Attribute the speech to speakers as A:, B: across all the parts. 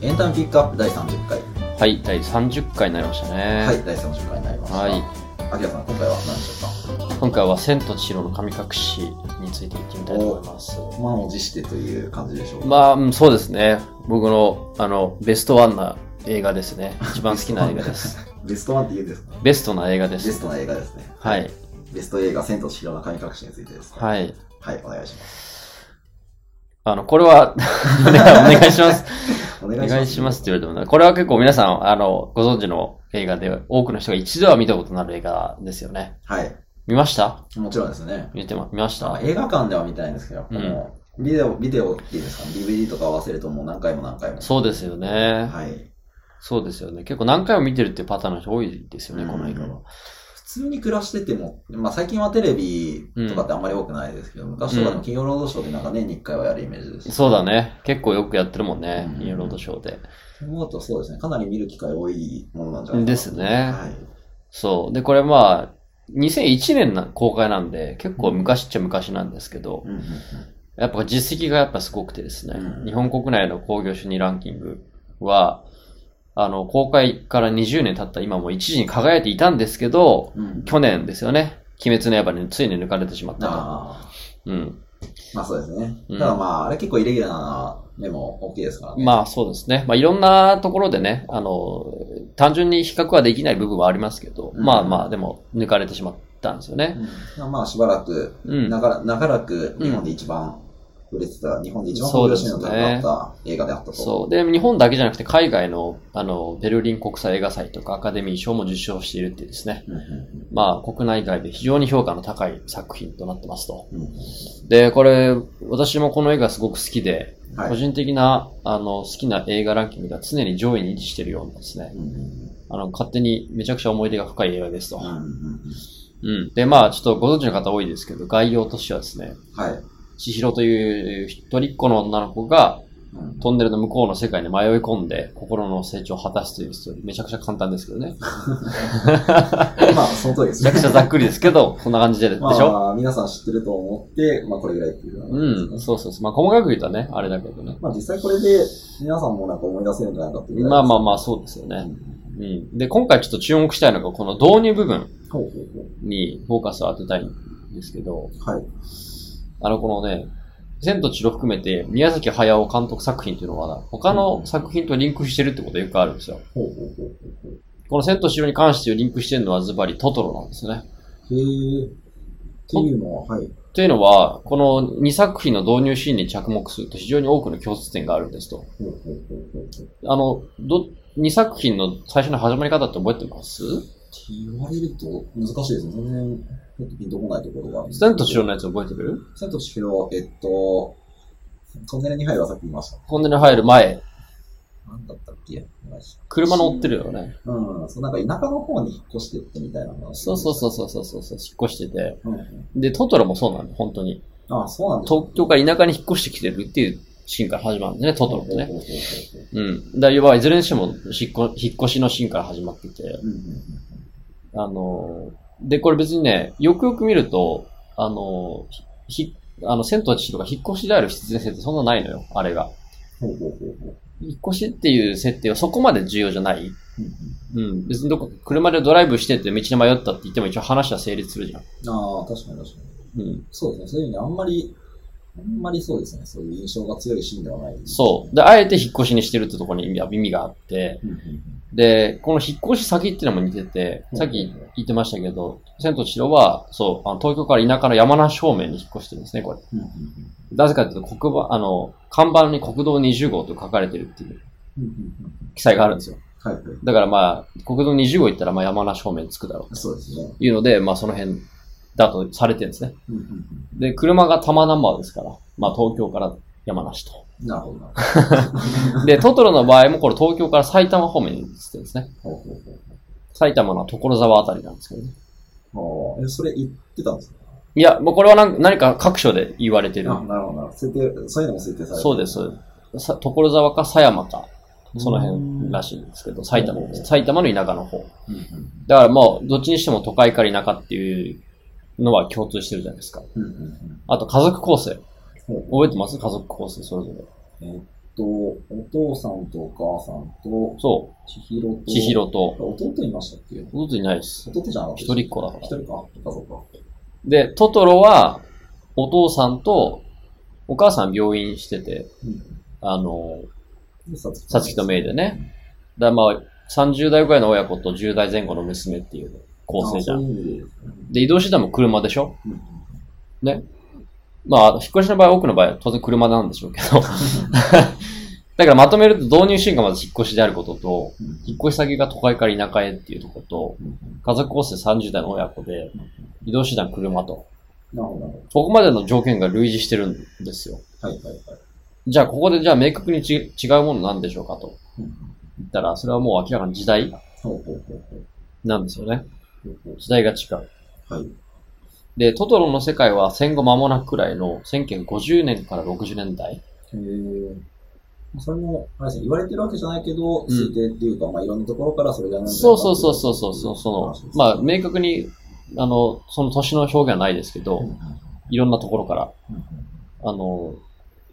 A: エンタメピックアップ第30回
B: はい、第30回になりましたね。
A: はい第30回になりました
B: はい
A: あきらさん今回は何でしょう
B: 今回は、千と千尋の神隠しについて言ってみたいと思います。
A: か満を持してという感じでしょうか
B: まあ、うんそうですね。僕の、あの、ベストワンな映画ですね。一番好きな映 画です。
A: ベストワンって言うんですか
B: ベストな映画で
A: ベ
B: す。
A: ストな映画ですね
B: はい。
A: ベスト映画「千と千尋の神隠し」についてですい
B: はい。
A: はいお願いします
B: あの、これは、 お願いします。
A: お
B: お
A: 願
B: 願いしますって言われてもね、これは結構皆さん、あの、ご存知の映画で、多くの人が一度は見たことのある映画ですよね。
A: はい
B: 見ました
A: もちろんですね
B: 見てま、見ました
A: あ映画館では見たいんですけど、もうビデオビデオっていうんですか DVD とか合わせるともう何回も何回も
B: そうですよね。
A: はい
B: そうですよね。結構何回も見てるっていうパターンの人多いですよね、
A: うん
B: この映画は。
A: 普通に暮らしてても、まあ最近はテレビとかってあんまり多くないですけど、昔とかの金曜ロードショーってなんか年に1回はやるイメージです。
B: そうだね。結構よくやってるもんね
A: う。ん
B: イエロードショーで。
A: 思うとそうですね、かなり見る機会多いものなんじゃない
B: ですね。
A: はい。
B: そう。で、これまあ、2001年な公開なんで、結構昔っちゃ昔なんですけど
A: う、んうんうん
B: やっぱ実績がやっぱすごくてですね、
A: うん
B: 日本国内の興行収入ランキングは、あの、公開から20年経った今も一時に輝いていたんですけど、
A: うん
B: 去年ですよね、鬼滅の刃についに抜かれてしまった
A: ああ
B: と。うん。
A: まあそうですね。
B: うん
A: ただまあ、あれ結構イレギュラーな目も大きいですからね。
B: まあそうですね。まあいろんなところでね、あの、単純に比較はできない部分はありますけど、
A: うん
B: まあまあでも抜かれてしまったんですよね。
A: うんまあしばらく、
B: うん
A: 長ら長らく日本で一番売れてた、日本で一番
B: そう
A: 興
B: で
A: 行
B: す
A: 収
B: ね
A: 入の高かった映画であったと。
B: そう。で、日本だけじゃなくて海外の、あの、ベルリン国際映画祭とかアカデミー賞も受賞しているっていうですね。
A: うんうん
B: まあ、国内外で非常に評価の高い作品となってますと。
A: うん。
B: で、これ、私もこの映画すごく好きで、
A: うんは
B: 個
A: い。
B: 人的な、あの、好きな映画ランキングが常に上位に位置してるようなですね
A: う。んうんうん
B: あの、勝手にめちゃくちゃ思い出が深い映画ですと。
A: うんうんうん
B: うん。で、まあ、ちょっとご存知の方多いですけど、概要としてはですね、
A: はい。
B: 千尋という一人っ子の女の子が
A: うん
B: トンネルの向こうの世界に迷い込んで心の成長を果たすというストーリー。めちゃくちゃ簡単ですけどね。
A: まあ、その通りで
B: め
A: す
B: ちゃくちゃざっくりですけど、 こんな感じででしょ、
A: まあ、皆さん知ってると思って、まあ、これぐらいっていうのが
B: うん、そうそうそう。まあ、細かく言うとね、あれだけどね。
A: まあ、実際これで、皆さんもなんか思い出せるんじゃないかっていうぐ
B: ま
A: ら
B: あ
A: い
B: まあまあ、そうですよ
A: あ
B: ね。うん。で、今回ちょっと注目したいのが、この導入部分
A: ほうほう
B: にフォーカスを当てたいんですけど、
A: ほう。はい。
B: あの、このね、千と千尋含めて宮崎駿監督作品っていうのは、他の作品とリンクしてるってことがよくあるんですよ。
A: ほうほうほうほう
B: この千と千尋に関してリンクしてるのはズバリトトロなんですね。
A: ほう。へえ。っていうのは、はい。
B: というのは、この2作品の導入シーンに着目すると非常に多くの共通点があるんですと。
A: ほうほうほうほうほう。って
B: あの、ど、2作品の最初の始まり方って覚えてます
A: 言われると難しいですね。全然、ちょっとピンとこないところがあるんですけど。
B: 千と千尋のやつ覚えてる
A: 千と千尋、えっと、トンネルに入るはさっき言いました。
B: トンネル入る前、
A: なんだったっけ
B: 車乗ってる。よね。
A: うん。そう、なんか田舎の方に引っ越してってみたいな話。
B: そうそうそうそうそうそうそう、引っ越してて。
A: うんうん。
B: で、トトロもそうなの、本当に。
A: ああ、そうなんだ。
B: 東京から田舎に引っ越してきてるっていうシーンから始まるんですね、トトロってね。うん。だいぶ、いずれにしても引っ越、引っ越しのシーンから始まってて。
A: うんうんうん
B: あのー、で、これ別にね、よくよく見ると、あのー、ひ、あの、千と千尋が引っ越しである必然性ってそんなないのよ、あれが。
A: ほうほうほうほう。
B: 引っ越しっていう設定はそこまで重要じゃない
A: うんうん
B: うん。別にどこ、車でドライブしてって道に迷ったって言っても一応話は成立するじゃん。
A: ああ、確かに確かに。
B: うん。
A: そうですね。そういう意味であんまり、あんまりそうですね。そういう印象が強いシーンではない、
B: そう。で、あえて引っ越しにしてるってところに意味は意味があって、
A: う。うんうん
B: で、この引っ越し先っていうのも似てて、さっき言ってましたけど、千と千尋は、そう、あの東京から田舎の山梨方面に引っ越してるんですね、これ。
A: うんうん
B: なぜかというと、黒板、あの、看板に国道20号と書かれてるっていう
A: うんうんうんうん
B: 記載があるんですよ。
A: はいはい。
B: だからまあ、国道20号行ったらまあ山梨方面に着くだろう。
A: そうですね。
B: というので、まあその辺だとされてるんですね。
A: うんうんうん
B: で、車が多摩ナンバーですから、まあ東京から山梨と。
A: なるほどな。
B: で、トトロの場合もこれ東京から埼玉方面に移ってるんですね。
A: ほうほうほう
B: 埼玉の所沢あたりなんですけどね。
A: ほう。ああ、え、それ言ってたんですか
B: いや、もうこれはなん何か各所で言われてる。
A: あ、なるほどなるほど。設定、そういうのも設定されてる
B: そうです、そうです。さ所沢か狭山か、その辺ら
A: い。
B: しいんですけど、埼玉
A: ほうほうほ、う
B: 埼玉の田舎の方。
A: うんうん
B: だからもう、どっちにしても都会から田舎っていうのは共通してるじゃないですか。
A: うんうんうん
B: あと家族構成。
A: ほうほう
B: 覚えてます家族構成、それぞれ。
A: えっと、お父さんとお母さんと、
B: そ
A: 千尋と、
B: う。千尋と。
A: 弟いましたっけ
B: 弟いないです。
A: 弟じゃなかった
B: 一人っ子だから
A: 一。人か。そっかそっか。
B: で、トトロは、お父さんと、お母さん病院してて、
A: うん
B: あの、
A: でさつき
B: さつきとメイでね。だからまあ、30代ぐらいの親子と10代前後の娘っていう構成じゃ
A: あ
B: ん。
A: そういう意味で
B: で、移動手段も車でしょ
A: うん
B: まあ、引っ越しの場合、多くの場合、当然車なんでしょうけど。だからまとめると導入シーンがまず引っ越しであることと、
A: うん
B: 引っ越し先が都会から田舎へっていうとこと、
A: うん
B: 家族構成30代の親子で、移動手段車と。
A: なるほど、なるほ
B: ここまでの条件が類似してるんですよ。
A: ど。はいはいはい。
B: じゃあ、ここでじゃあ明確にち違うものなんでしょうかと
A: うん
B: 言ったら、それはもう明らかに時代
A: ほうほうほうほう
B: なんですよね。
A: ほうほ
B: 時代が違う。
A: う。はい。
B: で、トトロの世界は戦後間もなくくらいの1950年から60年代。
A: へえ。それも、あれですね、言われてるわけじゃないけど、
B: ん
A: 推定っていうか、まあいろんなところからそれがなんだよ
B: そうそうそうそうそうそう、
A: な
B: そ
A: ってい
B: の
A: う、
B: まあ
A: 話ですね
B: 明確に、あの、その年の表現はないですけ
A: うんう
B: ど、
A: ん
B: いろんなところから、あの、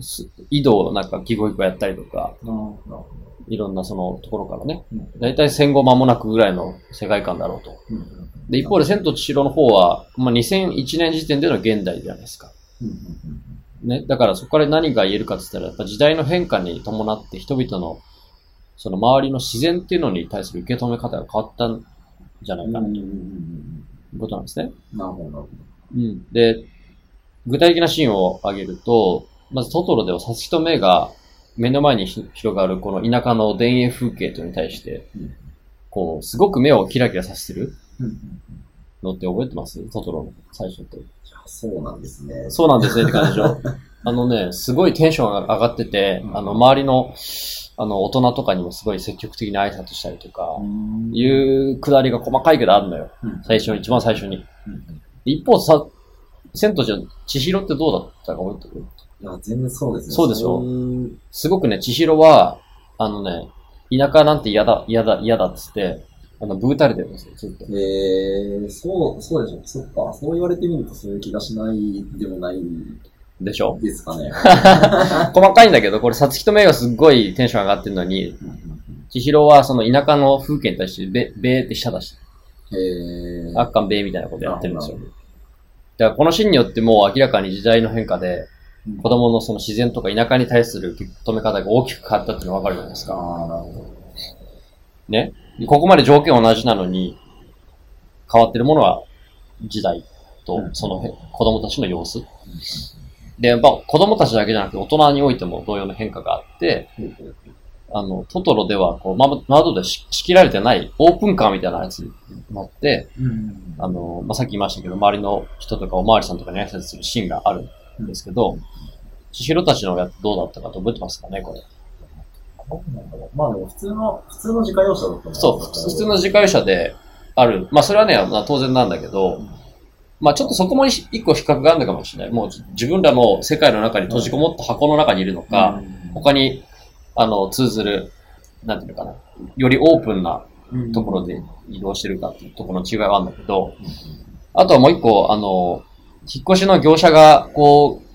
B: す井戸をなんかギコギコやったりとか、
A: うんなるほ
B: いろんなそのところからね、
A: ど
B: だいたい戦後間もなくぐらいの世界観だろうと。
A: うんうん
B: で、一方で、千と千尋の方は、まあ、2001年時点での現代じゃないですか。
A: うんうんうん
B: ね。だから、そこから何が言えるかって言ったら、やっぱ時代の変化に伴って、人々の、その周りの自然っていうのに対する受け止め方が変わったんじゃな
A: う
B: い
A: ん
B: か
A: うんうん
B: な、
A: うんうん
B: と
A: うん
B: いうことなんですね。
A: なるほど、なるほ
B: うん。で、具体的なシーンを挙げると、まずトトロではサツキとメイが目の前にひ広がるこの田舎の田園風景というのに対して
A: うん、
B: こう、すごく目をキラキラさせてる
A: ど。うんうん
B: のって覚えてますトトロの最初って。
A: いやそうなんですね。
B: そうなんですねって感じでし ょあのね、すごいテンションが上がってて、
A: うん
B: あの、周りの、あの、大人とかにもすごい積極的に挨拶したりとか、い
A: うん。
B: うくだりが細かいけどあるのよ。最初、一番最初に。
A: うん
B: 一方、さ、千と千尋ってどうだったか覚えてる
A: いや、全然そうですね。
B: そうでしょ
A: うん
B: すごくね、千尋は、あのね、田舎なんて嫌だ、嫌だ、嫌だっつって、あの、ブーたれてるんですよ、ずっと。
A: えー、そう、そうでしょ。そっか。そう言われてみるとそういう気がしないでもない
B: でしょ
A: ですか ね。
B: 細かいんだけど、これ、さつきとめいがすっごいテンション上がってるのに、
A: うんうん
B: 千尋はその田舎の風景に対して、べ、べーって舌出して、
A: うんえー、
B: あっかんべーみたいなことやってるんですよ。
A: な
B: だ
A: ほ
B: か
A: ど
B: ら、このシーンによってもう明らかに時代の変化で、子供のその自然とか田舎に対する受け止め方が大きく変わったっていうのがわかるじゃないですか。
A: ああ、なるほ
B: ね。ここまで条件同じなのに、変わってるものは時代と
A: う、ん
B: その辺子供たちの様子。で、まあ、子供たちだけじゃなくて大人においても同様の変化があって、
A: ど。
B: あの、トトロでは、こう、ま窓で仕仕切られてないオープンカーみたいなやつに乗って、
A: うん
B: あの、まあ、さっき言いましたけど、周りの人とかおまわりさんとかに挨拶するシーンがあるんですけど、千尋たちのやつどうだったかと覚えてますかね、これ。
A: なんだろうまあでも普通の、普通の自家用車だと思うんですけ
B: そ
A: ど
B: う、普通の自家用車である。まあ、それはね、まあ当然なんだけど、まあ、ちょっとそこも一一個比較があるのかもしれない。もう自分らの世界の中に閉じこもった箱の中にいるのか、他に、あの、通ずる、なんていうのかな、よりオープンな
A: うん
B: ところで移動してるかっていうところの違いはあるんだけど、あとはもう一個、あの、引っ越しの業者が、こう、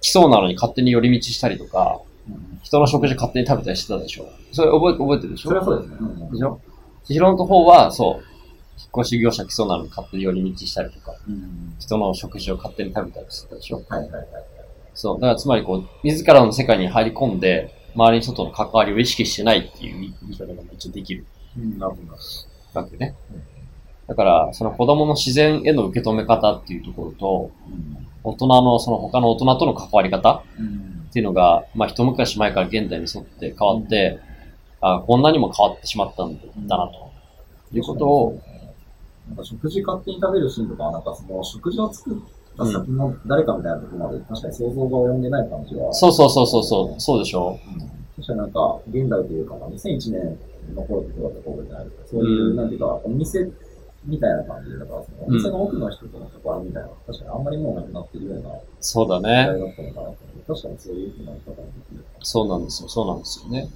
B: 来そうなのに勝手に寄り道したりとか、
A: うん
B: 人の食事勝手に食べたりしてたでしょ。それ覚え覚えてるでしょ
A: それはそうですね。うん
B: でしょ千尋の方は、そう、引っ越し業者来そうなのに勝手に寄り道したりとか、
A: うん
B: 人の食事を勝手に食べたりしてたでしょ
A: はいはいはい。
B: そう、だからつまりこう、自らの世界に入り込んで、周りの人との関わりを意識してないっていう言い方がめっちゃできる
A: うんなるほど。
B: わけね
A: うん。
B: だから、その子供の自然への受け止め方っていうところと、
A: うん
B: 大人の、その他の大人との関わり方
A: うん
B: っていうのが、まあ一昔前から現代に沿って変わって、あこんなにも変わってしまったんだなと。いうことを、
A: なんか食事勝手に食べるシーンとかは、なんかその食事を作った先の誰かみたいなところまで、確かに想像が及んでない感じは、
B: そうそうそうそうそう、そうでしょ
A: 確かになんか現代というか、まあ2001年の頃ってことだったら覚えてないですけど、そういう、
B: うん
A: なんていうか、お店みたいな感じで、だからそのお店の奥の人との関わりみたいな、確かにあんまりもうなくなってるような
B: そうだ
A: 時代
B: ね。
A: だったのかなと思って、確かにそういうふうな言い方もでき る。
B: そうなんですよ。そうなんですよね。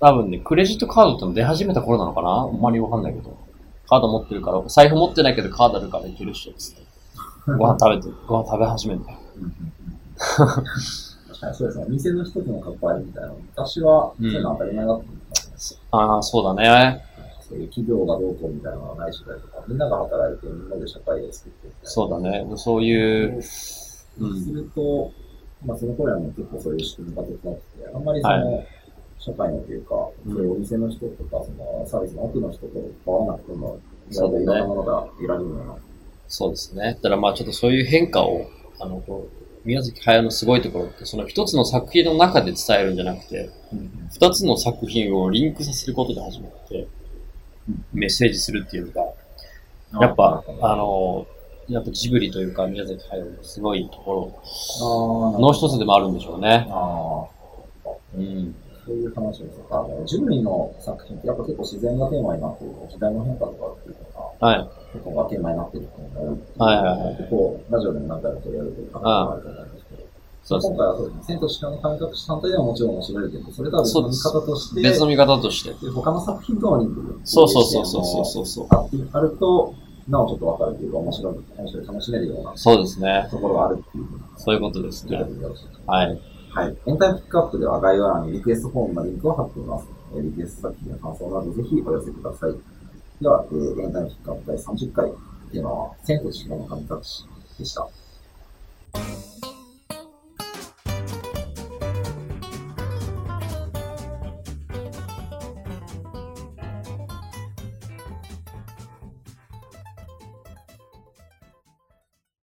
B: 多分ね、クレジットカードっての出始めた頃なのかなあんまりわかんないけど。カード持ってるから、財布持ってないけどカードあるからいけるっしょ、つって。ご飯食べて、ご飯食べ始めるんだよ。
A: うんうんうん確
B: 確か
A: はい、そうですね。お店の人との関わりみたいなの、昔は、そういうの当たり前だったんですかね。
B: に。ああ、そうだね。
A: そういう企業がどうこうみたいなのがない時代とか、みんなが働いて、みんなで社会を作っていくみたいな
B: そうだね。そういう、うん
A: すると、まあ、その頃はもう結構そういう仕組みができなくて、あんまりその、社会のというか、
B: うん
A: そういうお店の人とか、そのサービスの奥の人と関わらなくても、
B: そうだね
A: いろんなものが得られるような。
B: そうですね。だからまあちょっとそういう変化を、あの、こう宮崎駿のすごいところって、その一つの作品の中で伝えるんじゃなくて、二つの作品をリンクさせることで始まって
A: うん、
B: メッセージするっていうのが、やっぱ、あの、やっぱジブリというか宮崎駿のすごいところ
A: の
B: の一つでもあるんでしょうね。
A: ああ、
B: うん。
A: そういう話ですか。あの、ジブリの作品ってやっぱ結構自然がテーマになってる、時代の変化とかっていうのが、
B: はい。
A: 結構がテーマになってるっていうのが多いってう
B: はいはいはい
A: 結構、ラジオでも何回も取り上げてる方があると思うんですけど、
B: そうで
A: 今
B: すね。
A: 回はそうですね、千と鹿の神隠し単体ではもちろん面白いけど、それとは別の見方として、
B: 別の見方として。
A: で他の作品とのリンクで
B: そうそうそうそうそうそうそう。
A: あってあると、なおちょっとわかるというか、面白い、面白い、楽しめるような
B: そうですね。
A: ところがあるっていうふうな
B: そういうことです
A: 理
B: ね
A: 解。でよろしいですか
B: はい。
A: はい。エンタイムピックアップでは概要欄にリクエストフォームのリンクを貼っています。えーリクエスト作品の感想などぜひお寄せください。では、えーエンタイムピックアップ第30回、テーマは、千と千尋の神隠しでした。